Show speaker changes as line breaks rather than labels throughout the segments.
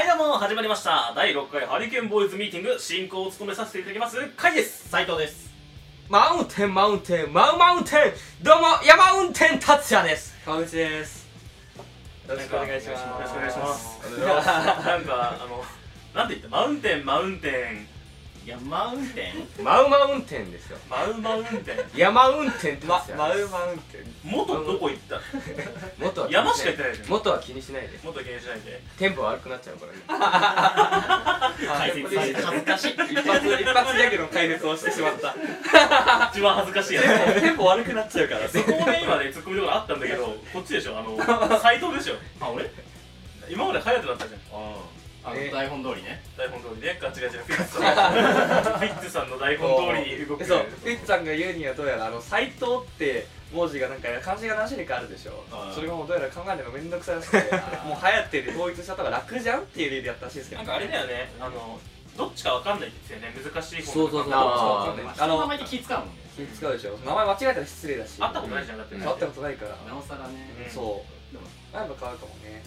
始まりました第6回ハリケーンボーイズミーティング進行を務めさせていただきますカイです
斉藤ですマウンテンマウンテンマウマウンテンどうも山マウンテン達也です川口ですよろしくお願いします
よろしくお願いします
お願いします
なんかあのなんて言ったマウンテンマウンテ
いや、マウンテ
マウマウンテンですよ
ンマウマウンテン
山マウンテン達也です
マウンテン
元どこ行った
元は気に
山しか行ってないじゃん
元は気にしないで
元気にしないで
テンポ悪くなっちゃうからね
解説して
恥ずかしい
一発一発ギャグの解説をしてしまった
一番恥ずかしいやつ
テンポ悪くなっちゃうから
そこもね今ねツッコミところあったんだけどこっちでしょあの斎藤でしょあ俺今まで隼人だったじゃん
あ
え
の台本通りね
台本通りねガチガチのフィッツさんフィッツさんの台本通りに動く
そう、フィッツさんが言うにはどうやらあの斎藤って文字がなんか漢字が何種類かあるでしょ
はい
それがもうどうやら考えるのめんどくさいらしくてもう流行ってで統一した方が楽じゃんっていう理由でやったらしいですけ
なん
ど
かあれだよね、あの、どっちかわかんないですよね、難しい方
そうそうそう
あー
ね
あの名前で気使うもんね
気使うでしょ名前間違えたら失礼だし
あったことないじゃん、だってね。
そう会ったことないから
なおさらね
うん
そう
でも
やっぱ変わるかもね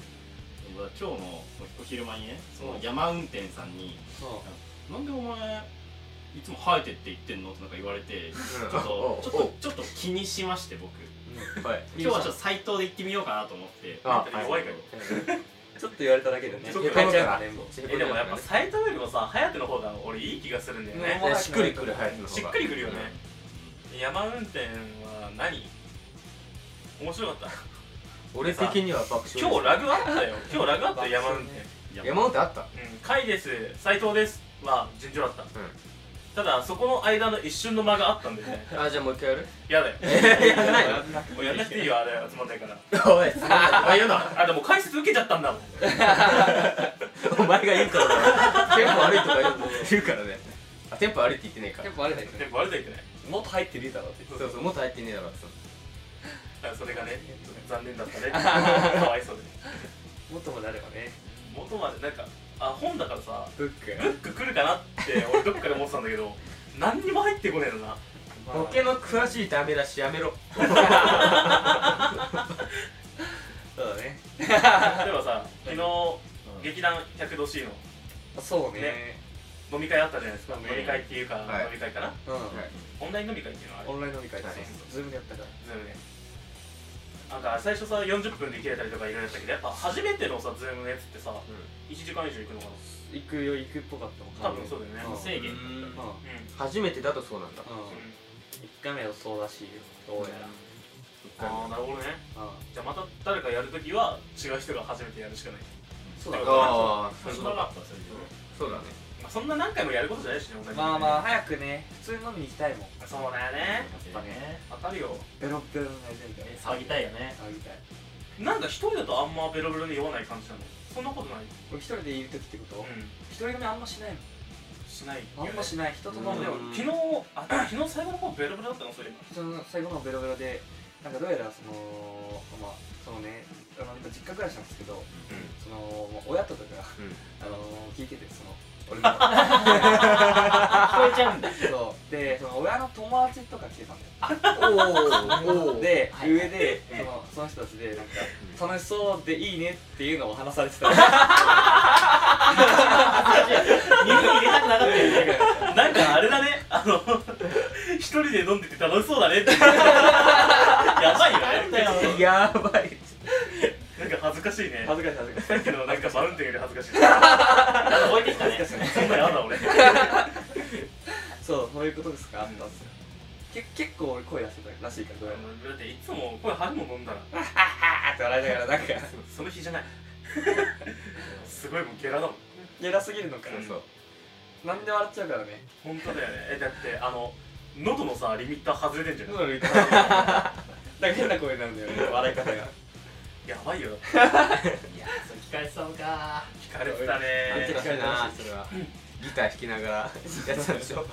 僕は今日のお昼前にねその山運転さんに
そう
「なんでお前いつも生えてって言ってんの?」ってなんか言われてち ょっと
お
ちょっとちょっと気にしまして僕
はい
今日はちょっと斎藤で行ってみようかなと思って
あ
はい弱いから
ちょっと言われただけでね
ちょっ
言
と
っちゃうからねもう
え、でもやっぱ斎藤よりもさ、隼人の方が俺いい気がするんだよね。
ねしっくりくる早くの方が
しっくりくるよね。山運転は何面白かった。
俺的には爆笑
今日ラグあった よ。今日ラグあったよ、山運転。
いや
山本あった
うん、甲斐です、斎藤ですは順調だった。ただ、そこの間の一瞬の間があったんで ね。
あじゃあもう一回やる
やだよ。
やらないの
もうやんなくていいよ、あれはつまんないから。
おいそんなこと言うな
あ、でも解説受けちゃったんだもん。
お前が言うからだ ろテンポ悪いとか言う言うからねあテンポ悪いって言ってねえか
テンポ悪いだけど
で
ね
も悪いと言ってない。
もっと入ってるだろうって
そう
そうそうもっと入ってねえだろ
あそれがね、ちょっと残念だ ったね。かわいそうで。
もっともなればね
元までなんか、あ、本だからさ、
ブッ
ブ
ク
ック来るかな って俺どっかで思ってたんだけど、何にも入ってこねえのな。
ボケの詳しいダメ出しやめろ
そうだね
例えばさ、昨日、劇団 100°C の
そうね
ね飲み会あったじゃないですか。
うん
飲み会っていうか、
はい
飲み会かな。
うん
オンライン飲み会っていうのはあれ
オンライン飲み会だね
はい
ズームでやったから
ズームで。なんか最初さ、40分で切れたりとかいろいろやったけど、やっぱ初めてのさ、ズームのやつってさ、1時間以上いくのか
行くよ行くっぽかっ
な。
た
多
もん
分そうだよね。
うん
制限
うん
うん
うん。
初めてだとそうなんだ
うん
1回目はそうらしいよどうやら
ああ、なるほどね。
う
じゃあまた誰かやるときは違う人が初めてやるしかない。
そうだね
ああ
それなかったそれで
そうだね
まあ、そんな何回もやることじゃないしね、同じ
まあまあ早くね普通に飲みに行きたいもん
あ。そうだよね。
やっぱね
わかるよ。
ベロッベロになりたいみたいな
え騒ぎたいよね
騒ぎたい
なんか一人だとあんまベロベロに酔わない感じなの。そんなことない。
俺一人でいる時ってこと
うん。
一人飲みあんましない
しないよね。
のあんましない人と飲
まあ
ん
で
で
も
も
うん
昨日、あ、 昨日最後の方ベロベロだったの、それ。
人の最後のベロベロでなんかどうやらそのまあそのねあの実家暮らしなんですけどそのまあ親とかが
うん
あの聞いててその俺の
聞こえちゃうんだ
そうでその親の友達とか来てたんだよ
おお
で、
はい
上で
うん
そのその人たちでなん
う
か楽しそうでいいねっていうのを話されてたなん
耳入れたくなかったよね
か
なんかあれだね、あの、一人で飲んでて楽しそうだね って。やばいよね。
やばい
なんか恥ずかしいね。
恥ずかしい恥ずかしい
さっきのなんかマウンテンより恥ずかしい。
なんか置いてきたね
恥ずかしい
そんなやだ 俺。
そうそういうことですかあったんですよけ結構俺声出してたらしいからどうやら
だっていつも声張るもん飲んだら、
あーって笑いながらなんか
その日じゃない。すごいもうゲラだもん。
ゲラすぎるのか
そうそう
ななんで笑っちゃうからね
本当だよねえだってあの喉のさリミッター外れてんじゃん、
喉の痛いなんか変な声になるんだよね笑い方が
やばいよ
いやそれ聞かれてたのか
聞かれてたね
恥ず
ー
かしいなそれはギター弾きながらやってたでしょ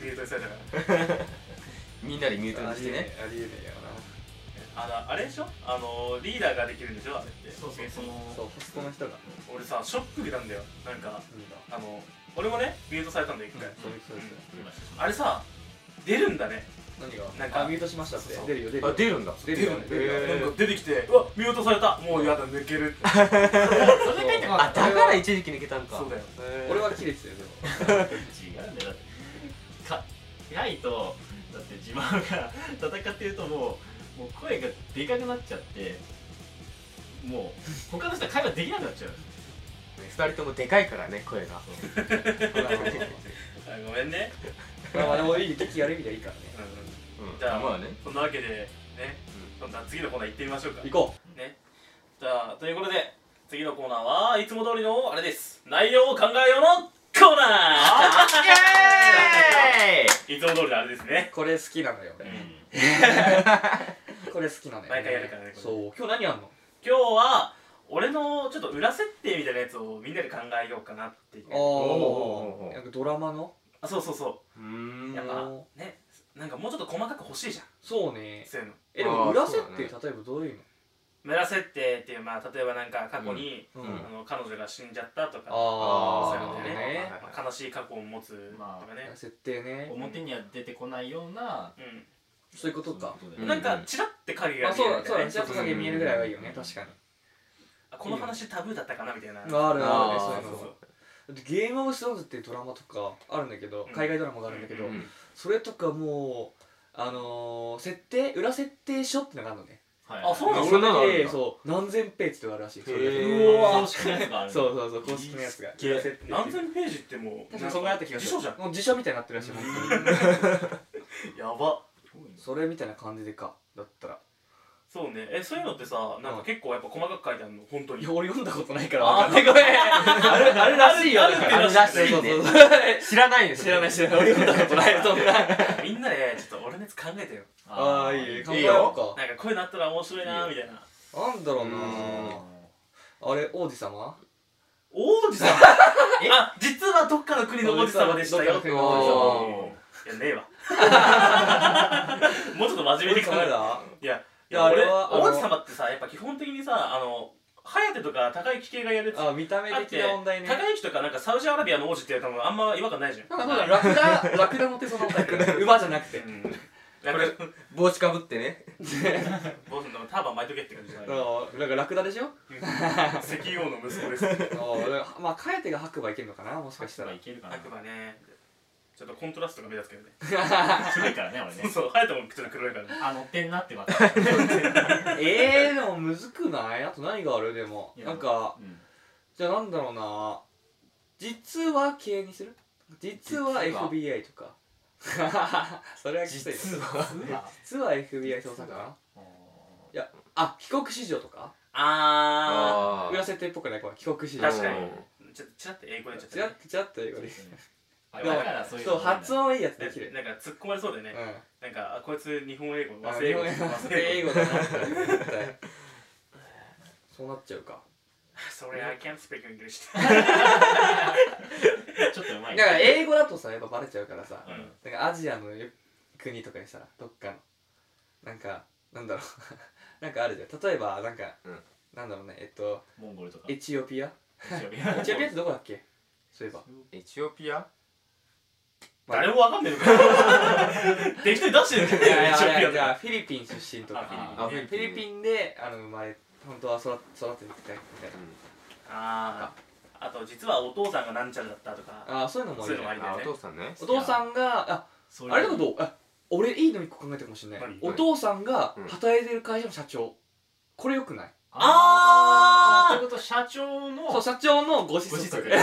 ミュートにされたか
みんなでミュートにしてね
ありえねえよ
らあのあれでしょあのリーダーができるんでしょあれって
そうそうその
なそうホストの人が
俺さショック受けたんだよなんか
うんだ
あの俺もねミュートされたんだよ一回、
そういう人ですよ
あれさ出るんだね
何が
なんか
あミュートしましたっ
そ
て
うそう
出るよ出る
あ
よ
出るんだ
出るよね出るよね
へー
なんか出てきてうわ見落とされたもうやだ抜け るってそれ書いて
ま
あだ
俺
か
は
ら一時期抜けたんか
そうだよ
へー
俺は切れてたよでも
違うんだよだってか偉いとだって自慢が戦ってるともうもう声がでかくなっちゃってもう他の人は会話できなくなっちゃう
二人ともでかいからね声が
あごめんね
まあまあでもいい敵やる意味ではいいからね
うん
うん
じゃあ
まあね
そんなわけでね今度は次のコーナー行ってみましょうか
行こ
ねじゃあということで次のコーナーはいつも通りのあれです内容を考えようのコーナー
イエーイ
いつも通りのあれですね
うこれ好きなのよ
う
俺
ん
これ好きなのよ
毎回やるからねこれ
そう今日何やんの
今日は俺のちょっと裏設定みたいなやつをみんなで考えようかなっていう
おー
なんかドラマの
あそうそうそうう
ーん
やっぱねなんかもうちょっと細かく欲しいじゃん
そうね
そういうの
えでも
あー
裏設定、
そ
例えばどういうの
村設定っていうまあ例えばなんか過去に、
うん
あの彼女が死んじゃったとか、
あ
そう
あ
いうことね
なるほど
まあ悲しい過去を持つと
ま
か
あ
ね、
設定ね
表には出てこないような
うん
そういうことか
そういうこ
う
と
ん
だ
な
よ
ん
ね
かちらって影が
あ
見え
そう
る
だ
みたい
そうだ
な
ねちょっとだけ見えるぐらいはいいよね確かに
あこの話タブーだったかなみたいな
あるあるある
あー
そういう
そう
の
そう
だってゲームオブスローンズっていうドラマとかあるんだけど
うん
海外ドラマがあるんだけど
う
それとかもうあのー設定裏設定書ってのがあるのね
はい
あそうなの
そんなのあるんだ
でそう何千ページとかあるらしいそれだけ
へ
で
ー
うわ
公式のやつがある
そうそうそう公式のやつが
ゲー
裏設定
何千ページってもう
確かにそんぐらいあった気がす
辞
る
書じゃん
もう辞書みたいになってるらしい本当に
やば
それみたいな感じでかだったら
そうねえそういうのってさなんか結構やっぱ細かく書いてあるの本当
い
に
や俺読んだことないから
あ
わかんないごめんあれあれらしいよ
あるあるらしいね
そうそうそう
知らないです
知らない知らない俺読んだことないそんな
みんなでちょっと俺のやつ考えてよ
ああいい考
い
え
い
よ
よ
うか
なんかこういうのあったら面白いなみたいな
なんだろうな
うん
あれ王子様
王 子様えあ実はどっかの国の王子様でしたよ
どっかの国の
王
いやねえわ もうちょっと真面目に考える
だ
いやい
いや
や俺
あれはあの
王子様ってさやっぱ基本的にさあの颯とか高行系がやるやつ
あ見た目的な問題ね
高行とかなんかサウジアラビアの王子って言われたのあんま違和感ないじゃん
なんかそうだラクダラクダ乗ってそのタイプ 馬じゃなくて
うんやっぱり
帽子かぶってね
ボスのターバン巻いとけって感じじゃ ない
うんなんかラクダでしょ
石油王の息子です
あーまあカエテが白馬いけるのかなもしかしたら
いけるかな
白馬ねちょっとコントラストが目立つけどね
古いからね俺 ね
そう隼人もちょっと黒いからね
あ乗ってんなって分かる
えーでもむずくないあと何があるでも
いや
なんか
うん
じゃあなんだろうな実は系にする実は
実は
FBI とか それはきつい
実は
うわ
実は FBI 捜査官あ帰国子女とか
あ
裏設定っぽくないこれ帰国子女
確かにーちょっとちらっと英語でち
ち
ゃ
ら
っ
っとちらっと英語で
あだからそういう
そう発
音
音いいやつ
た
で
ね
きる
なんか突っ込まれそうだよね
う
なんかあこいつ日本英語
んあ
忘れ英語
日本語
忘
忘れ
れ
英
英語
語だな絶対そうなっちゃうか
それ I can't speak English
ちょっとうま
だ
い
から英語だとさやっぱバレちゃうからさ
うん
なんかアジアの国とかにさどっかのなんかなんだろう なんかあるじゃん例えばなんか、
うん
なんだろうねえっと
モンゴルとか
エチオピアエ
エ
チオピアってどこだっけそういえば
エチオピア
誰もわかん ないのか適当に出してるん
い
だ
や
よ
い
エ
や
チオピア
じ
で
ゃあフィリピン出身とか
あ
フィリピンね
フィリピンであの生まれ本当は育育ててきたみたいな
あーあと実はお父さんがなんちゃらだったとか
ああそういうのもいい
そういうの
ね
もあり
あお父さんね
お父さんがあ
そういう
あれでもどうあ俺いいの一個考えてるかもしれない
何
お父さんが
うん
働いてる会社の社長これよくない
あー
そういうこと社長の
そう社長のご子
ご子
息
息
ね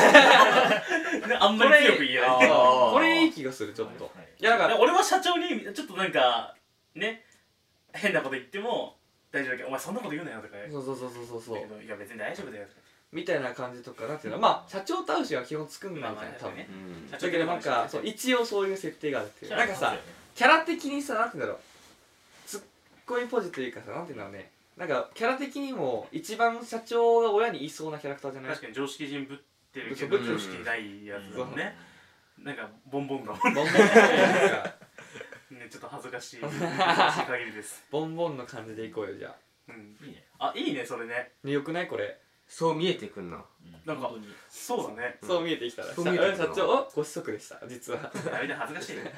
あんまり強く言えない
あー
これいい気がするちょっと
はい
いやだ
だか
からら
俺は社長にちょっとなんかね変なこと言っても大丈夫だけどお前そんなこと言うなよとか言う
そうそうそうそうそう
けどいや別に大丈夫だよとか
みたいな感じとかなんていうのまあ社長と会うしは基本作んないじ
まあ
ゃん
まあ
多分
ね
うん
社長
だけどなんかそう一応そういう設定があるっていうなんかさキャラ的にさなんていうんだろうツッコミポジというかさなんていうんだろうねなんかキャラ的にも一番社長が親に言いそうなキャラクターじゃない
確かに常識人ぶってるけ
ぶ
ど
っ
ぶっ
常識ないやつだもんねなんかボンボンだもん
ボンボンのなんか
ねちょっと恥ずかしい恥ずかしい限りです
ボンボンの感じでいこうよじゃ
うん
いいね
あいいねそれね
あよくないこれ
そう見えてくんな
なんか
本当に
そうだね
うん
そう見えてきたら、
そう見えてきた
社長おご子息でした実は
あれで恥ずかしいね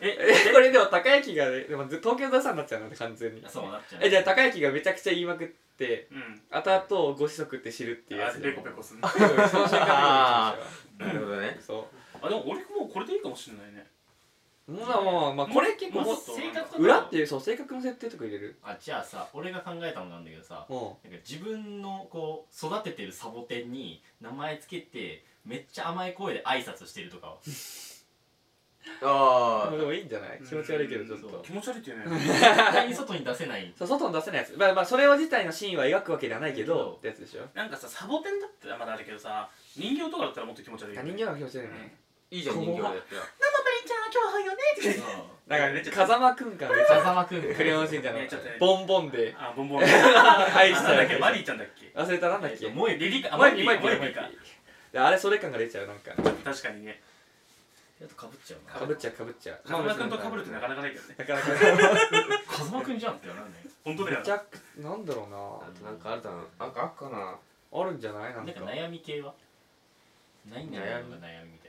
え
えこれでも高之がねでもず東京ザさんになっちゃうのね完全に
そうなっちゃう
えじゃあ高之がめちゃくちゃ言いまくって
うん
後々ご子息って知るっていうや
あ
つ
ペコペコする
その瞬間
なるほどね
そ
あでも俺もうこれでいいかもしれないね
うまあまあまあ、まあ、これ結構
も
も
う
う
ちょっと
性格とか
裏っていうそう性格の設定とか入れる
あじゃあさ俺が考えたのなんだけどさ
うん
なんか自分のこう育ててるサボテンに名前つけてめっちゃ甘い声で挨拶してるとか
あ
まあでもいいんじゃない気持ち悪いけどちょっ
うんそ
と
う
気持ち悪いってね
絶対に外に出せない
そう外に出せないやつまあまあそれを自体のシーンは描くわけではないけどってやつでしょ
なんかさサボテンだったらまだあるけどさ人形とかだったらもっと気持ち悪いよ
他
ね
人形の気持ち悪いね
いいじゃん人形だったら
ちゃん今日はよねって
うん
なんか風間くんから
風間くん
クレヨンしんちゃんの
ねちょっとね
ボンボンで
あボンボンなん
入ってた
だ
や
っ
つ
けマリーちゃんだっけ
忘れたなんだっけ
もう
リリカあ
マ
マ
イピ
リー
ー
マ
マ
リ
イ
ー
ピー
マ
マ
リー
イピ
か
ーあれそれ感が出ちゃうなんか
確かにね
やっとかぶっちゃうな
かぶっちゃうかぶっちゃう
風間くんと被るってなかなかないけどね
なかなか め
風間くんじゃんってなんない
本当だよ
ちゃくなんだろう
あとなんかあるだろうなんかあっかな
なあるんじゃないなん
な
か
んか悩み系はないんだよ悩み悩みみたい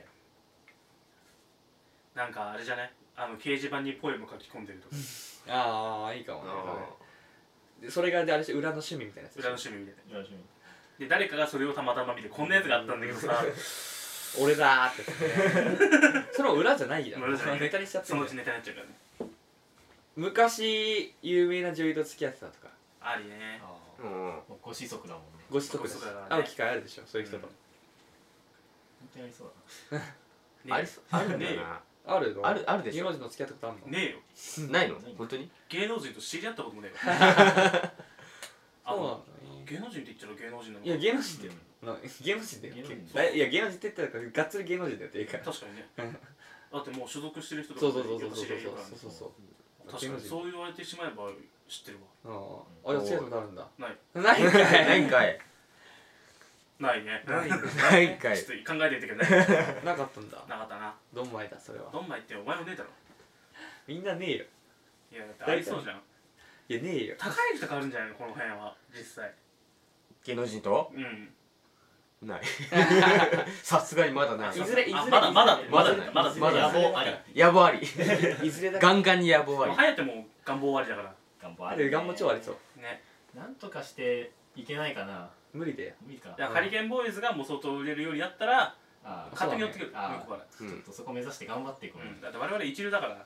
なんかあれじゃないあの掲示板にポエム書き込んでるとか
ああいいかもね
あ
でそれがであれし裏の趣味みたいなやつでし
裏
ょ
の趣味みたいな
なよし
で誰かがそれをたまたま見てこんなやつがあったんだけどさ
俺だーってやつねそれも裏じゃないじゃん
裏じゃない
ネタにしちゃって
そ
る
の
じ
う
ゃ
ちネ
ん
タになっちゃうからね
昔有名な女優と付き合ってたとか
ありね
ああ
うん
もうご子息だもんね
ご子息だし
ご子息だからね
会う機会あるでしょそういう人と
本当にありそうだな
ね
ありそあるんだ
ねえ
よ
よ
な
あるの
あるあるでしょ
芸能人と付き合ったことあるの
ねえよ
ないの本当に
芸能人と知り合ったこともねえよ あ
そうなん
も
だね
う芸能人って言ったら芸能人なの
いや芸能人だよ
う
な 芸能人だよ
芸能人
だいや芸能人って言ったらがっつり芸能人だよって言うから
確かにねだってもう所属してる人とか
そう
ね
そうそうそ
よ
う
く
そう
知り合いいるからね確か
そうそうそう
にそう言われてしまえば知ってる
うんあ、でも付き合ったことあるん だ
ない
ないんかい
ないんかい
わないね
ないんだ
ないんかい
ちょっと考えてみてください
なかったんだ
なかったな
ドンマイだそれは
どんまいってお前もねえだろ
みんなねえよ
いやだってありそうじゃん
いやね えよ
高い人変わるんじゃないのこの辺は実際
芸能人と
うん
ない さすがにまだない
いずれいずれ
あまだまだ
まだ
まだ
まだ
野望あり
野望あり
いずれだ
ガンガンに野望
ま
あ
あ
り
颯も願望ありだから
願望あり
でガンモ超ありそう
ね
なんとかしていけないかな
無理だよ
無理か
だからハリケーンボーイズがもう相当売れるようになったら
ああ
勝手に寄ってくる
そ
向
うだね
こうか
う
ちょっ
ん
とそこ目指して頑張っていこ
ら
う、
うんだって我々一流だから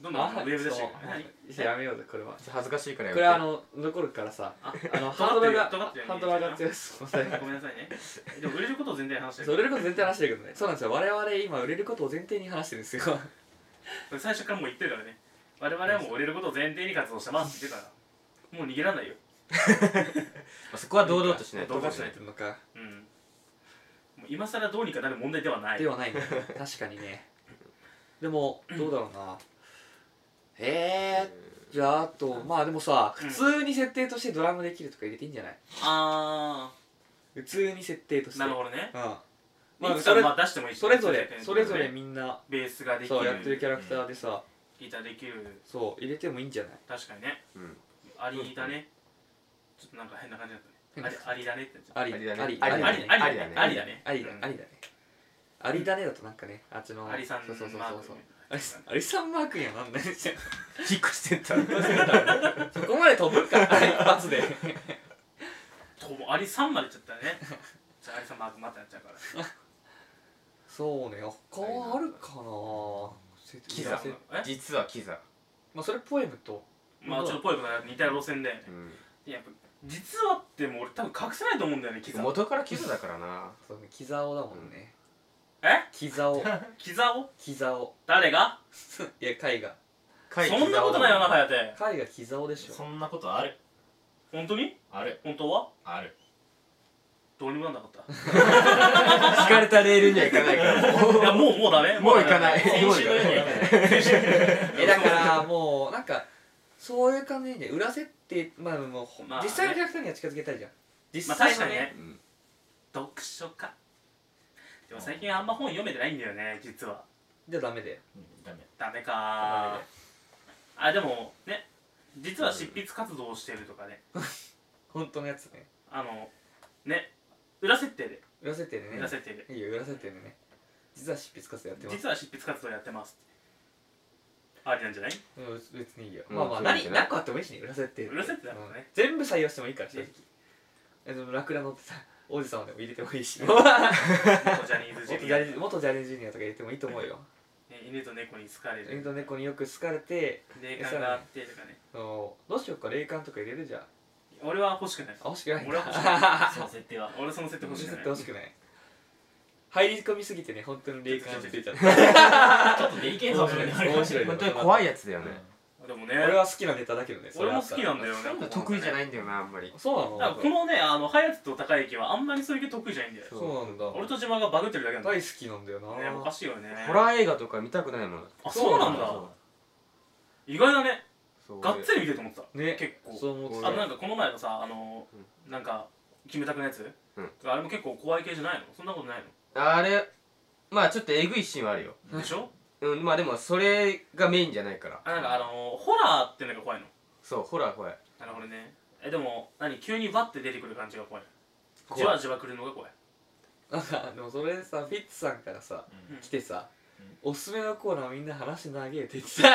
どんどんウェーブ出していくからね
そうやめようぜこれは
恥ずかしいからや
こ
め
れ
て
はあの残るからさ
あ
あのハードルが
尖ってる
ハードル上がってるそう そ
ごめんなさいねでも売れることを全然話してる
う売れること全体話してるけどねそうなんですよ我々今売れることを前提に話してる んですよ
最初からもう言ってるからね我々はもう売れることを前提に活動してますって言ってるからもう逃げらんないよ
まあそこは堂々としない
堂々としない
のか
うんもう今更どうにかなる問題ではない
ではないね確かにねでもどうだろうなえー、じゃああとまあでもさ
うん
普通に設定としてドラムできるとか入れていいんじゃない
あ
普通に設定として
なるほどね
うん
ま
ま
あ、
あ
そ
そ
れ
れ
まあ出してもいいし
それぞれそれぞれ
ね
みんな
ベースができる
そうやってるキャラクターでさ
ギターできる
そう入れてもいいんじゃない
確かにね
うん
アリだねちょっとなんか変な感じだったねアリアリだねって
あり
ありだね
あり
あ
ア
り
リ
だ
ア
ね
リアリだねア
あ
リ
り
だ
だ
ね
ねありだありだねありだねだとなんかねあっちの
アリさん
そうそうそう
マー
そう
ク
そうアリさんアリさんマークにはなんないじゃん
引っ越し てった
そこまで飛ぶか一発で
ともアリさんまでいっちゃったねじゃあアリさんマークまたやっちゃうから
そうね他はあるかなせ
キ
ザ
せ
え
実はキザ
まあそれポエムと
まあちょっとポエムが似た路線で
うん
やっぱ実はってもう俺多分隠せないと思うんだよねキザ
元からキザだからな
そうねキザオだもんね
え
キザオ
キザを
キザオ
誰が
いや絵画
貝
そんなことないよな颯
絵画キザオでしょ
そんなことある
本当に
ある
本当は
あ る
どうにもなんなかった
引かれたレールにはいかないからも
い
う
やもうもうダメ
もう行かない
先週のように行かない先週のように
えだからもうなんかそういう感じでね裏設定まあもう、
まあね
実際のキャラクターには近づけたいじゃん
ま
実
あ
際
確
の
かにね
うん
読書かでも最近あんま本読めてないんだよね実は
じゃあダメだよ
うんダメ
ダメかあでもね実は執筆活動をしてるとかね
本当のやつね
あのね裏設定で
裏設定でね
裏設定で
いいよ裏設定でね実は執筆活動やってます
実は執筆活動やってますありなん じゃない
うん別にいいよ、
うん
まあまあ
そういうんじ
何
ゃない
何個あってもいいしね裏設定
裏設定だもんね
う全部採用してもいいから正直
ね
えでもラクダのってさ王子様でも入れてもいいし
ジャニーズジ
元
ュ
ジ
ニア
ャニー元ジャニーズジュニアとか入れてもいいと思うよ
ね犬と猫に好かれ
犬
る
と猫によく好かれて
霊感があってとかね
あのどうしようか霊感とか入れるじゃんあ
俺は欲しくない
欲しくないんだ
俺は欲しく
その設定は
俺その設定欲し
絶
くな
対
い
欲しくない入り込みすぎてね本当に霊感ついちゃった
ちょっとデリケートな部分がある
面白い
本当に怖いやつだよね、
でもね
俺は好きなネタだけどねそれ
俺も
あった
好
ら
きなんだよね
得意じゃないいんだよなあんまり
そうなの
このねあの隼人と高之はあんまりそういう系得意じゃないんだよ
そうなんだ
俺と自慢がバグってるだけなんだよ
大好きなんだよ
ね
な
おかしいよね
ホラー映画とか見たくないもん
あそうなんだ意外だね
そう
がっつり見てると思ってた
ね
結構
そう思って
あ
た
のなんかこの前のさあのなんかキムタクのやつ
うん
あれも結構怖い系じゃないのそんなことない
あれまあちょっとえぐいシーンはあるよ
のでしょ
うんまあでもそれがメインじゃないから
あなんかあのホラーってのが怖いの
そうホラー怖い
なるほどねえでも何急にバッて出てくる感じが怖い
怖い
じわじわ来るのが怖い
なんかでもそれでさフィッツさんからさ
うん
来てさ
うん
おすすめのコーナーみんな話投げてって言 ってた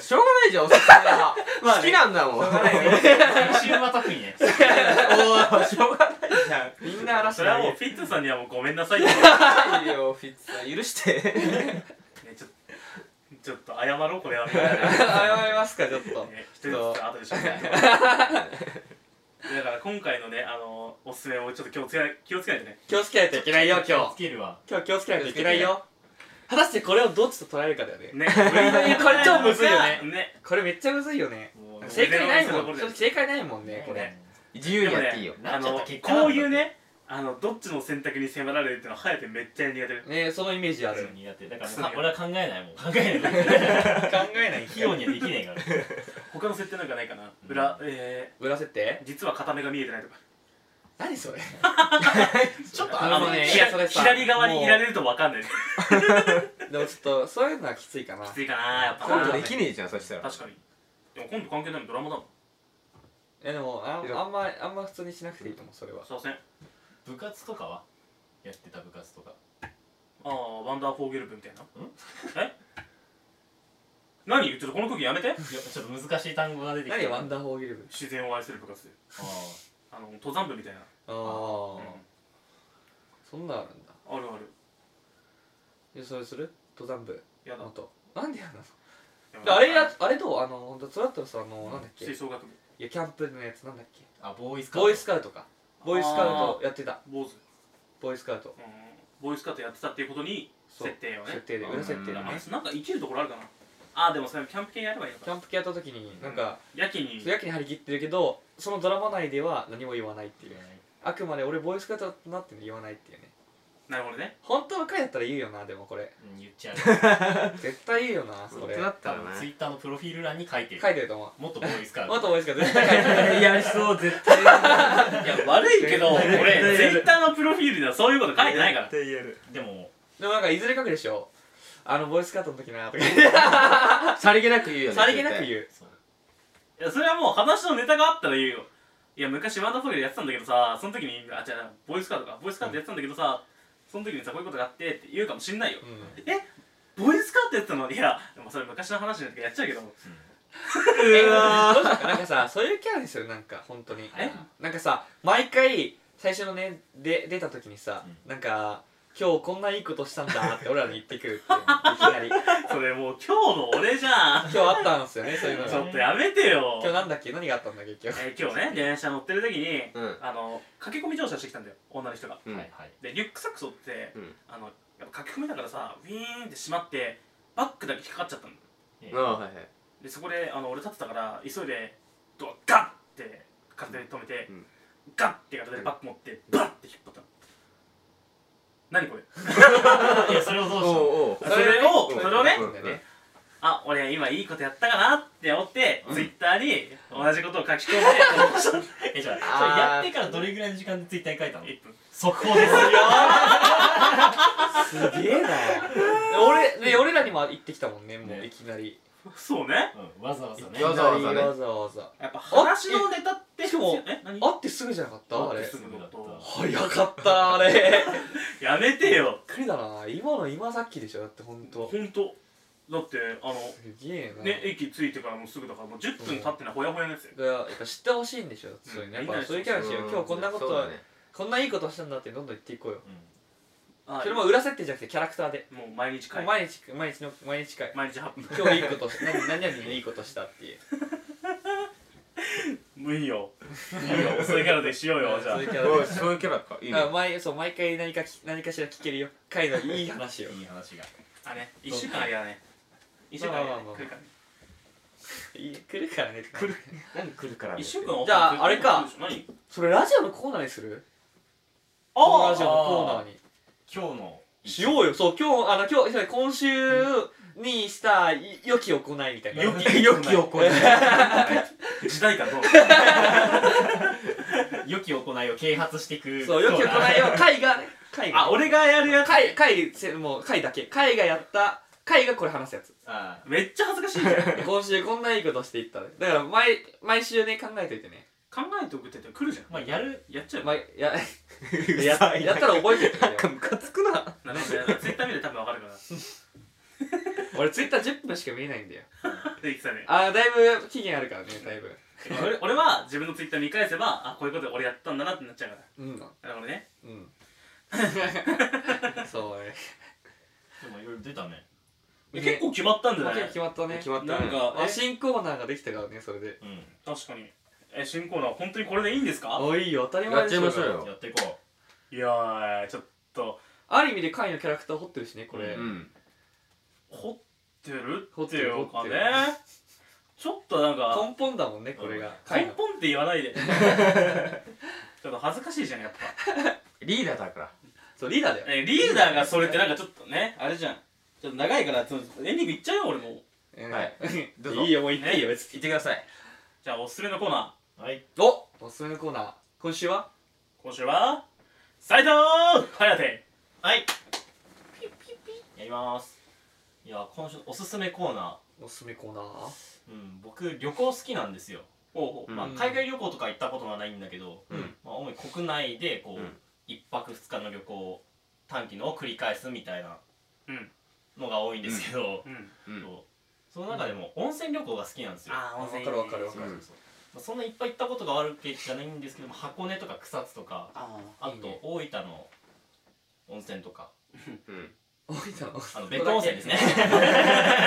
しょうがないじゃんおすすめ は
まあね
好きなんだもんお
先週は特にね
ーしょうがない じゃん
みんな話
そ
投
れはもう
げ
フィッツさんにはもうごめんなさいってね
いいよフィッツさん許して
ちょっとちょっと謝ろうこれはみたいな
て謝りますかちょっと
ね一人ずつ後でしょだから今回のねあのおすすめをちょっと気をつけない気をつけないとね
気をつけないといけないよ今
つ
日
けるわ
今日気をつけないといけないよ果たしてこれをどっちと捉えるかだよね
ねこ
れ超むずいよね
ね
これめっちゃむずいよね
もう
正解ない
も
も
うん
正直正解ないもんねこれ
自由にやっていいよ
あ
なっちゃっ
の
た結果
こういうねあのどっちの選択に迫られるっていうのは颯めっちゃ苦手で
ねそのイメージある
苦手だからもう俺は考えない もん考えな
考
い
えない
費用にはできないから
他の設定なんかないかな
うん
裏え
裏設定
ー実は片目が見えてないとか
何そ れ
ちょっ
と
あの
あのね
ひ
いやそれさ
左側にいられるとわかんないね
でもちょっとそういうのはきついかな
きついかなやっぱな
今度できねえじゃんそしたら
確かにでも今度関係ないのドラマだもん
えでもああんまあんま普通にしなくていいと思うそれは
そうせんあ
部活とかはやってた部活とか
あワンダーフォーゲルブみたいなえ何言ってるこの空気やめて
いやちょっと難しい単語が出てき
何
て
ワンダーフォーゲルブ
自然を愛する部活で
あー
あの登山部みたいな
ああ
うん
そんなんあるんだ
あるある
えそれする登山部
やだ
もっとなんでやん
でも
のあれやあれどうあの本当それだったらさあのなんだっけ
吹
い
奏楽部
やキャンプのやつなんだっけ
あボーイス
ボーイスカウトかボーイスカウトやってた
坊主
ボーイスカウト
うんボーイスカートやってたっていうことに
そう
設定をね
設定で裏設定で
あま
ね
あなんか生きるところあるかなあーでもそれキャンプ系やればいいの
キ
か
ャンプ系やった時になんか
やけに
やけに張り切ってるけどそのドラマ内では何も言わないって
カ
いう
ウト
あくまで俺ボーイスカウトだなって言わないっていうね
なるほどね
本当の回だったら言うよなでもこれ
うん言っち ゃう
絶対言うよなそ
本
れ
当だった
多
ら
分ツイ
ね
ッターのプロフィール欄に書いてる
書いてると思う
もっとボーイスカウ
もっ
ト
とボーイスカウト絶対書いてる
やりそう絶対
いや悪いけど俺
絶対やる
ツイッターのプロフィールではそういうこと書いてないから
対やる
でも
でもなんかいずれ書くでしょあのボーイスカウトの時なとか
さりげなく言うよね
さりげなく
う
言う
そう
いやそれはもう話のネタがあったら言うよいや昔ワンダーフォーゲルやってたんだけどさその時にあ違うボーイスカートかボーイスカートやってたんだけどさ、その時にさこういうことがあってって言うかもしんないよ、
う
えボーイスカートやってたのいやでもそれ昔の話になってやっちゃうけど
えどうしようかなんかさそういうキャラですよなんか本当に
え
なんかさ毎回最初のねで出た時にさ、なんか今日こんないいことしたんだって俺らに言ってくるっていういきなり今
それもう今日の俺じゃん
日あったんですよねそういうの
ちょ
が
っとやめてよ
今日なんだっけ何があったんだっけ今日
えー今日ね電車乗ってる時に、
うん
あの駆け込み乗車してきたんだよ女の人が
ん
はいはい
でリュックサックス折って、
うん
あのやっぱ駆け込みだからさウィーンって閉まってバッグだけ引っかかっちゃったんだ
え
ああはいはい
でそこであの俺立ってたから急いでドアガッて片手で止めて、
うん
ガッて片手でバッグ持ってバッて引っ張ったの何これ
いやそれをどう
お
したの
おう
それを
うん
それをね
う
だよね
あ俺今いいことやったかなって思って、ツイッターに同じことを書き込んで
えじゃあそれや
あー
ってからどれぐらいの時間でツイッターに 書いたの
1分
速報です
すげえな俺で俺らにも行ってきたもんねもう
ね
いきなり
そうね
うんわざわざね
わざわざね
いきなりわざわざ
やっぱ話のネタって
しかも
え何
会ってすぐじゃなかったあ
会っ
れ
てすぐのこと
だっ
早
た
かったあれ
やめてよ
っくりだな今の今さっきでしょだってほんと
ほんとだってあの
すげえな
ね駅着いてからもうすぐだからもう10分経ってないほやほやのやつよ
だからやっぱ知ってほしいんでしょ、そういうねやっ
みんな
ぱ
に
そういうキャラにしよう今日こんなこと、
そうだね
こんないいことしたんだってどんどん言っていこうよ、
あ
それも裏設定じゃなくてキャラクターで、
もう毎日会
毎日毎日の毎日会
毎日8分
今日いいことし 何何々でいいことしたっていう
無理よいいよそれからでしよう よじゃあ
そういうキャラ
お
で
いそういうキャラかいいね
あ毎そう毎回何かき何かしら聞けるよ回のいい話 を
いい話が
あね1週間ありゃね1週間ありゃね来るからね
いい来るからね来る
何来るから
1週間 オフ
じゃああれか
何
それラジオのコーナーにする
ああ
ラジオのコーナーに
今日の
しようよそう今日あの今日今週にしたい良き行いみたいな
良き
良き行い
時代感どう
良き行いを啓発していく
そう良き行いを会がね会が
あ俺がやるやつ
会会せもう会だけ会がやった会がこれ話すやつ
あ
めっちゃ恥ずかしいじゃん
今週こんないいことしていったねだから毎毎週ね考えといてね
考えておくって言って来るじゃん
まあやる
やっちゃう
まやややったら覚えてるよ
ムカつくな
なるほどツイッター見て多分わかるから
俺ツイッター10分しか見えないんだよ
で言ってたね
あーだいぶ期限あるからねだいぶ
俺俺は自分のツイッター見返せばあこういうこと俺やったんだなってなっちゃうか
うん
らなるほどね
うん そうね
でもいろいろ出たね
ね
結構決まったんじゃ
ま
な
あ
い
決まったね
決まった
なん
ね
か
あ
え
新コーナーができたからねそれで
うん
確かにえ新コーナー本当にこれでいいんですか
あいいよ当たり
や
前
っ
で
ち
し
ゃい
ょ
ましょうよ
やっていこ
いやーちょっと
ある意味で会のキャラクター掘ってるしねこれ、
うん
掘ってる
掘
っ
ってて
い
る
うかね
掘ってる
ちょっとなんか
根本だもんねこれが
根
会の
本って言わないでちょっと恥ずかしいじゃんやっぱ
リーダーだから
そうリーダーだよ
えリーダーがそれってなんかちょっとねあれじゃんちょっと長いからそのエンディングいっちゃうよ俺もう
はいどうぞ
いいよもう言っていいよ別に
行ってください
じゃあおすすめのコーナー
うはい
おおすすめのコーナー今週は
今週は斉藤颯
はいピッピッピッやりますいや今週おすすめコーナ
おすすめコーナー
ーうん僕旅行好きなんですよ
おうおう
うん
まあ海外旅行とか行ったことはないんだけど
うん
まあ主に国内でこ
う
うん一泊二日の旅行を短期のを繰り返すみたいな
うん
のが多いんですけど
うん
うん
そうその中でも温泉旅行が好きなんですよ
あー温泉
わかるわかるわ
そ
か
う
る
そうそうまあそんないっぱい行ったことがあるわけじゃないんですけども箱根とか草津とか
あ
あ
いい
と
ね
大分の温泉とか
うん
大分の
あの別府温泉ですね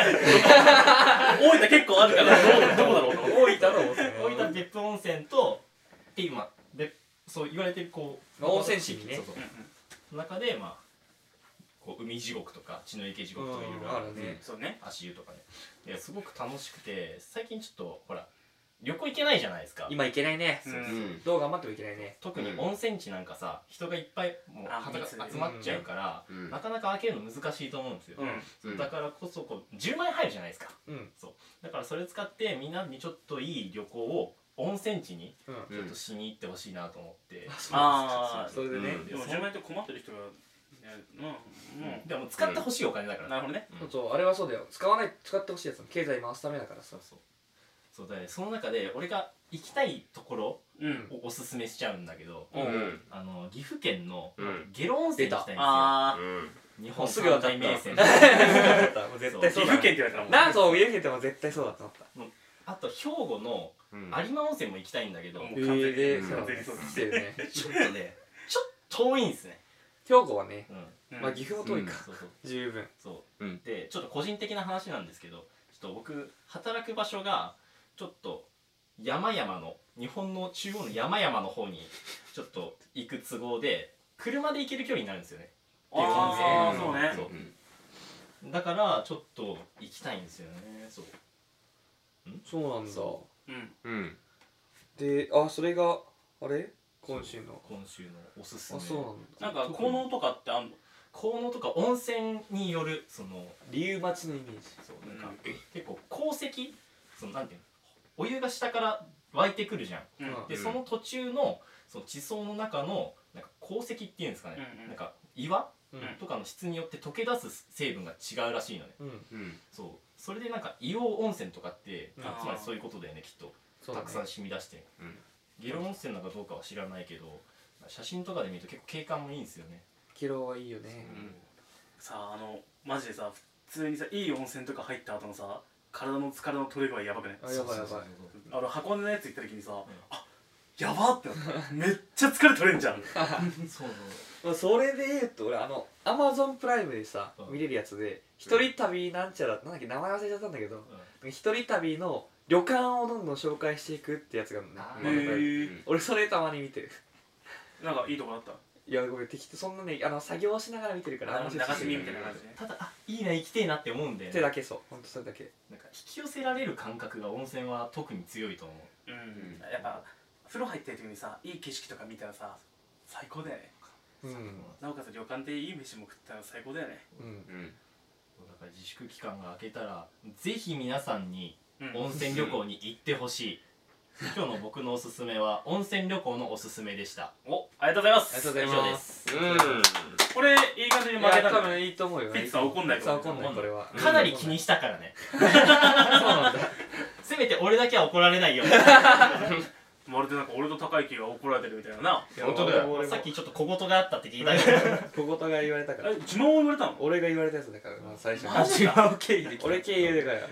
あ大分結構あるからどうどこだろうと
大分の温泉
大分別府温泉とっていうまあ別そう言われてるこう
まあ温泉地にね
そうそうその中でまあこう海地獄とか血の池地獄とかいろいろ
あ
ある
るね
そうね
足湯とかねですごく楽しくて最近ちょっとほら旅行行けないじゃないですか
今いけないね
う
うんん
どう頑張ってもいけないね
特に温泉地なんかさ人がいっぱいもう
あ
旗が
密で
集まっちゃうから、
うん
なかなか開けるの難しいと思うんですよ、
うん
うん
だからこそこう10万円入るじゃないですか
うん
だからそれ使ってみんなにちょっといい旅行を温泉地に
うん
ちょっとしに行ってほしいなと思って、
あ
それでね
ーでも10万円って困ってる人がうんうん
でも使ってほしいお金だから、
なるほどね
うん
そうそうあれはそうだよ使わない使ってほしいやつの経済回すためだからさ
そうそうそうだねその中で俺が行きたいところ
うん
をおすすめしちゃうんだけど、
うんうん
あの岐阜県の
うん
下呂温泉に行きたいんですよ、
あ
日
も
本
うすぐ分かった
三大名泉
もう絶対
あ岐
そうだ
阜県って言われたらもん
なそう言うけども絶対そうだと思った
あと兵庫の
うん
有馬温泉も行きたいんだけど、
うん
ち
完
ょ
全に
え
うん
ーでそう
完全にそうだ
だね
ね
来てるね
っとねちょっと遠いんですね、
兵庫はね
うん、
うん
まあ岐阜も遠いか
そうそう
十分
そう、
うん
でちょっと個人的な話なんですけどちょっと僕働く場所がちょっと山々の日本の中央の山々の方にちょっと行く都合で車で行ける距離になるんですよね
ああそう
そ
ね
うだからちょっと行きたいんですよねそう
そうなんだ
うん
うん
であそれがあれ今週の
今週のおすすめ
あそうな
なんん
だ
か効能とかってあんの
効能とか温泉によるその
理由待ちのイメージ
そうなんか、結構鉱石そのなんていうのお湯が下から湧いてくるじゃん
うんうん
で、
うん
その途中のその地層の中のなんか鉱石っていうんですかね、
うん
なんか岩、
うん
とかの質によって溶け出す成分が違うらしいのね
うん
うん
そうそれでなんか硫黄温泉とかって、
うん
つまりそういうことだよねきっと、
そう
た
だ
くさん
ね
染み出して
うん
下呂温泉なんかどうかは知らないけど写真とかで見ると結構景観もいいんですよね
キロはいいよね
さああのマジでさ普通にさいい温泉とか入った後のさ体の疲れの取れ具合やばくない
あやばいやばい
あの箱根のやつ行った時にさ、あやばってなっためっちゃ疲れ取れんじゃん
そうそう
まあそれで言うと俺あのアマゾンプライムでさ
うん
見れるやつで一人旅なんちゃらなんだっけ名前忘れちゃったんだけど一人旅の旅館をどんどん紹介していくってやつがあるのね
あー
アマゾンプライム
へ
うん
俺それたまに見てる
なんかいいとこあった
いやごめん適当そんなねあの作業しながら見てるから
流
話
し見みたいな感じね
ただあいいな生きてえなって思うんで
手だけそうほんとそれだけ
なんか引き寄せられる感覚が温泉は特に強いと思う
うんやっぱ風呂入ってる時にさいい景色とか見たらさ最高だよね
うん
なおかつ旅館でいい飯も食ったら最高だよね
うん
うん
だから自粛期間が明けたらぜひ皆さんに
うん
温泉旅行に行ってほしい今日の僕のおすすめは温泉旅行のおすすめでした
おありがとうございます
ありがとうございます
う
これいい感じに
い
負け
や
た
多
んだ
分
ね
いいと思うよ
ピッツァ怒んない
ピ
と
ッツァ
思う
怒んないこれは
かなり気にしたからね
そうなんだ
せめて俺だけは怒られないように
まるでなんか俺と高い木が怒られてるみたいなな
本当だよ
俺も俺も
さっきちょっと小言があったって聞いたけど
小言が言われたから
え自慢を言われたの
俺が言われたやつだからまあ最初
マジ
違う経緯で
俺経由だから
あ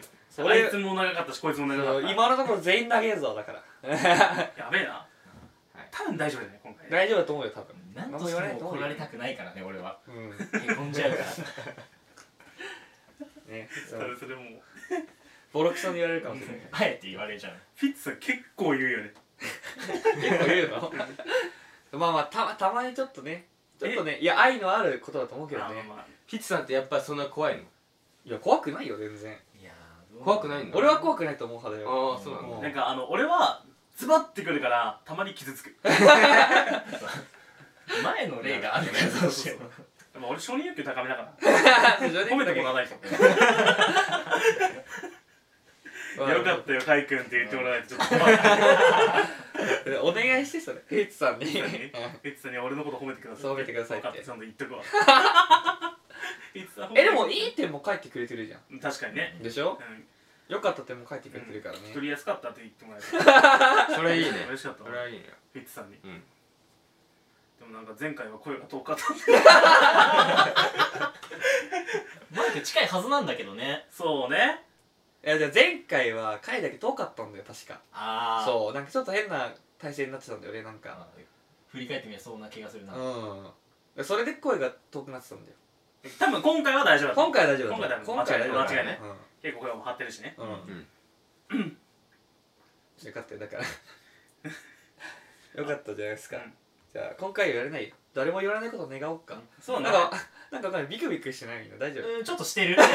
俺
いつも長かったしこいつも長かった
今のところ全員投げるぞだから
やべえな多分大丈夫だね今回
大丈夫だと思うよ多分
何としても怒られたくないからね俺は
うん
へこん じゃうから
ね
それそれもう
ボロクソに言われるかもしれない
あえて言われちゃう
ピッツァ結構言うよね
結構言うのまあまあたたまにちょっとねちょっとねいや愛のあることだと思うけどね
まあまあ
ピッツさんってやっぱりそんな怖いの
いや怖くないよ全然
いや
怖くない
の
の
俺は怖くないと思う派だよ
ああそうなんだ
な んかあの俺はズバってくるからたまに傷つく
前の例があるからどうしよう
まあ俺承認欲求高めだから
褒
褒めてもらわ ないとよかったよカイ君って言ってもらわないとちょっ と困る
お願いしてそれフィッツ さんに
ピッツァにピッツァに俺のこと褒めてください
そう褒めてくださいって
分かちゃんと言っと くわピッツァ褒め
えでもいい点も書いてくれてるじゃ
確かにね
んでしょ
うん
よかった点も書いてくれてるからね
取りやすかったって言ってもらえた
それいいね
嬉しかっ た
それはいいね
フィッツさんに
うん
でもなんか前回は声が遠かった
マイク近いはずなんだけどね
そうね
いやじゃあ前回は回だけ遠かったんだよ確か
あう
そうなんかちょっと変な体勢になってたんだよねなんか
振り返ってみればそんな気がするな
うんそれで声が遠くなってたんだよ
多分今回は大丈夫だと思
今
う
回は大丈夫だ
今回は大丈夫
今回は大丈夫だ
間違いない結構声も張ってるしね
うん、う
う
ん
ん
よかったよだからよかったじゃないですか、
うん
じゃあ今回言われないよ誰も言われないことを願おうか、
そうな
な
んん
かなんかわかんないビクビクしてないみんな大丈夫、
うんちょっとして る
だか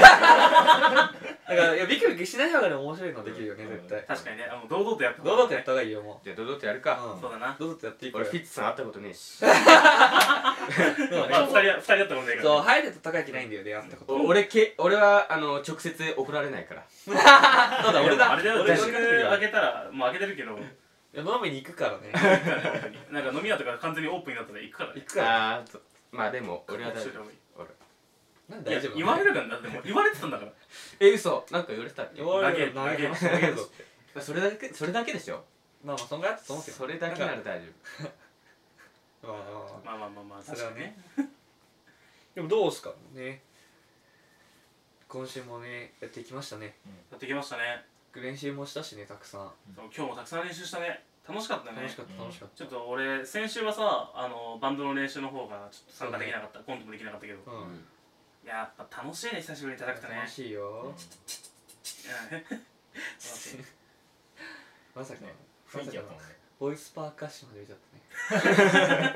らいやビクビクしない方がね面白いのできるよね、
うん
絶対
確かにねあの堂々とやった
堂々とやった方がいいよも
じゃあ堂々とやる
う、
か
うん、
そうだな
堂々とやっていこう
俺
よ
ピッツさん会ったことねえし
そう
まあ二人は二人だったもんねえか
そう
ら
ハイデと高いないんだよねやったこと
お俺け俺はあの直接怒られないから
そうだ俺だ
あれだよ
俺
自
だ
粛開けたらもう開けてるけ ど
いや飲みに行くからね
なんか飲み屋とか完全にオープンになったら行くからね
行くから
あーそうまあでも俺は大丈夫俺
なん
い
で
や
大丈夫
言われるからなでも言われてたんだから
え嘘なんか言われてたっけ
言われるよ
投
投
げ
げ
る
ます投げるぞ
それだけそれだけでしょ
まあまあそんぐらいだったと思うけど
それだけなら
んか
大丈
まあまあ
まあまあま
まあ
あまあ
それ
確
は
か
ね
にね
でもどうすかね今週もねやっていきましたね
やってきましたね
練習もしたしねたくさん
そう今日もたくさん練習したね楽しかったね
楽しかった
うん
楽しかっ
ちょっと俺先週はさあのバンドの練習の方がちょっと参加できなかった、コントもできなかったけど
た
夫
うん
やっぱ楽しいね久しぶりに叩くとね
楽しいよ
うん
まさか
ね
ま
雰囲
さ
気
か
やっ
の
たもんね
ボイスパーカッション始めちゃったね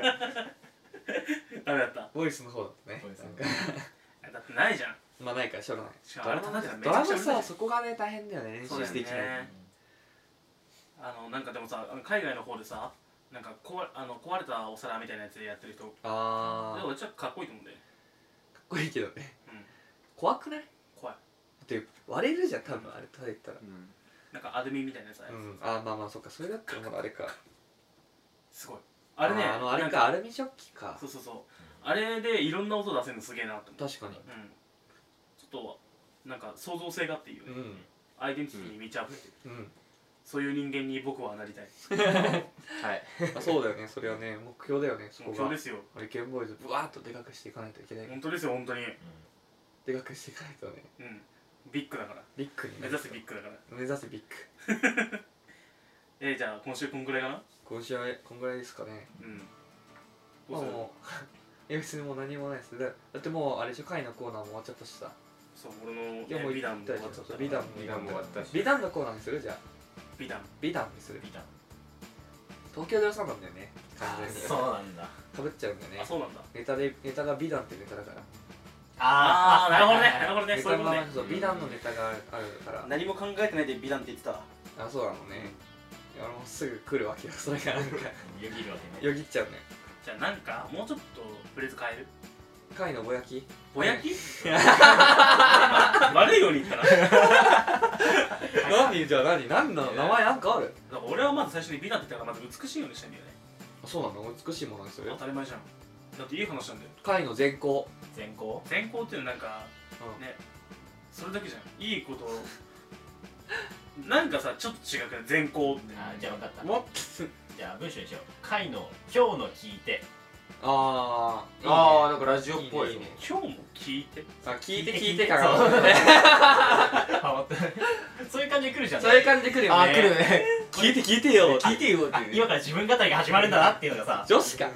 ダメだった
ボイスの方だったね
ボイスの方
なんか
だってないじゃん
まあないからしょうがない
しかもあれ叩いたらめち
ド
ゃ
ラ
くちゃ難
ム
しい
さそこがね大変だよね練
そう
習
だ
し
よ
ていきない
ねあのなんかでもさあの海外の方でさなんか壊あの壊れたお皿みたいなやつでやってる人で
あ
俺ちょっとかっこいいと思うんだよね
ーかっこいいけどね
うん
怖くない
怖い
って割れるじゃん多分あれ叩いたら
なんかアルミみたいなやつ、
うんあーまあまあそっかそれだったらまだあれか
すごいあれね
ーあのあれ
なん
かアルミ食器か
そうそうそうあれでいろんな音出せるのすげえなと思って
確かに
うんちょっとなんか創造性があっていいよね、
うん
アイデンティティに満ち溢れてる、
うん
そういう人間に僕はなりたい
はい
あそうだよねそれはね目標だよねそこ
目標
が
ですよ
俺ケンボーイズぶわーっとでかくしていかないといけない
本当ですよ本当に
でかくしていかないとね
うんビッグだから
ビッグに
目
な
指
る
すビッグだから
目指すビッグ
えー、じゃあ今週こんくらいかな
今週はこんぐらいですかね
うんどう
まあ
する
もういや別にもう何もないですだだってもうあれでしょ会のコーナーも終わっちゃったしさ
そう俺の、ね、
いやもう
美談も終わっちゃった
美談も
時間も終わったし
美談のコーナーにするじゃあ
美談
美談にする
ビタン
東京03なんだよね完 全に
そうなんだ
かぶっちゃうんだよね
あそうなんだ
ネタでネタが美談ってネタだから
あーなるほどねなる
る
ほどね
ネ
そうい
タ
うこ
の
とね
そう美談のネタがあるあるから
何も考えてないで美談って言ってたわ
あそうなのねいや俺もすぐ来るわけよ それ がなんか
よぎるわけね
よぎっちゃうね
じゃあなんかもうちょっとフレーズ変える
会のぼやき
ぼや き悪いように言ったなだか
何じゃあ何何の名前なんかある
ら俺はまず最初に美談って言ったからまず美しいようにしたいんだよね
あそうなの美しいものにする
当たり前じゃんだっていい話なんだよ
会の善行
全校
善行っていうのはなんか、
うん
ねそれだけじゃんいい ことをなんかさちょっと違くない善行って
あーじゃあ分かった
もっ
じゃあ文章にしよう回の今日の聞いて
あーいいね
ああなんかラジオっぽい
いいねいいね
今日も聞いて
あ聞いて聞いてか が
あ待ってそういう感じで来るじゃん
そういう感じで来るよね
よね
聞いて聞いてよ
聞いてよっていう
今から自分語りが始まるんだなっていうのがさ
女子か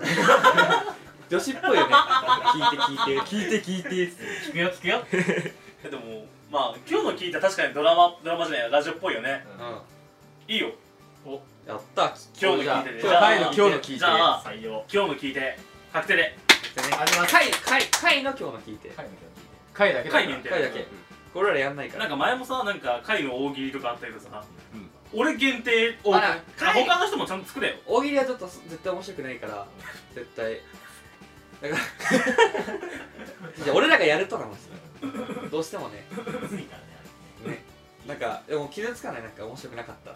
女子っぽいよね聞いて聞いて
聞いて聞いてっつって
聞くよ聞くよ
えでもまあ今日の聞いた確かにドラマドラマじゃないラジオっぽいよね
う
いいよ
んやった
今日の聞いてで
じゃあ
じゃ
今
あ
日の聞いて
じゃあ
採用
今日の聞いて確定で
あります
会会会の今日の聞いて
回の今日の聞い て
回だけだ
回限定
回だけこれらやんないか
なん
ら
か前もさなんか回の大喜利とかあったけどさ、俺限定
あら
あ
回
他の人もちゃんと作れよ
大喜利はちょっと絶対面白くないから絶対だから じゃあ俺らがやるとなのどうしてもね
むずいからね
ねなんかでも傷つかないなんか面白くなかった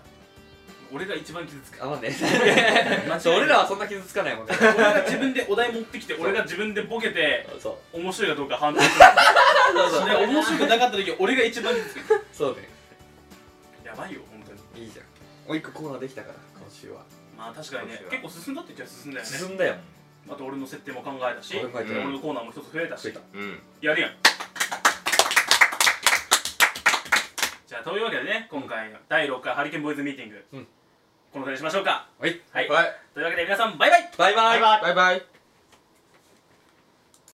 俺が一番傷 つく
あまあね
間違い
俺
ない
らはそんな傷つかないもんね
俺が自分でお題持ってきて俺が自分でボケて
そう
面白いかどうか判断す
そうそう
るで面白くなかった時俺が一番傷つく
そうね
やばいよ本当に
いいじゃんもう一個コーナーできたから今週は
まあ確かにね
そうです
結
よ
構進んだって言っちゃ進んだよね
進んだよ
あと俺の設定も考えたし
考え
たよ
俺のコーナーも一つ増えた
増え
した
うん
やるやんじゃあというわけでね今回の第6回ハリケーンボーイズミーティング、
うん
この辺りにしましょうか
はい
はい
はい
というわけで皆さんバイバイ
バイバイ
バイバイ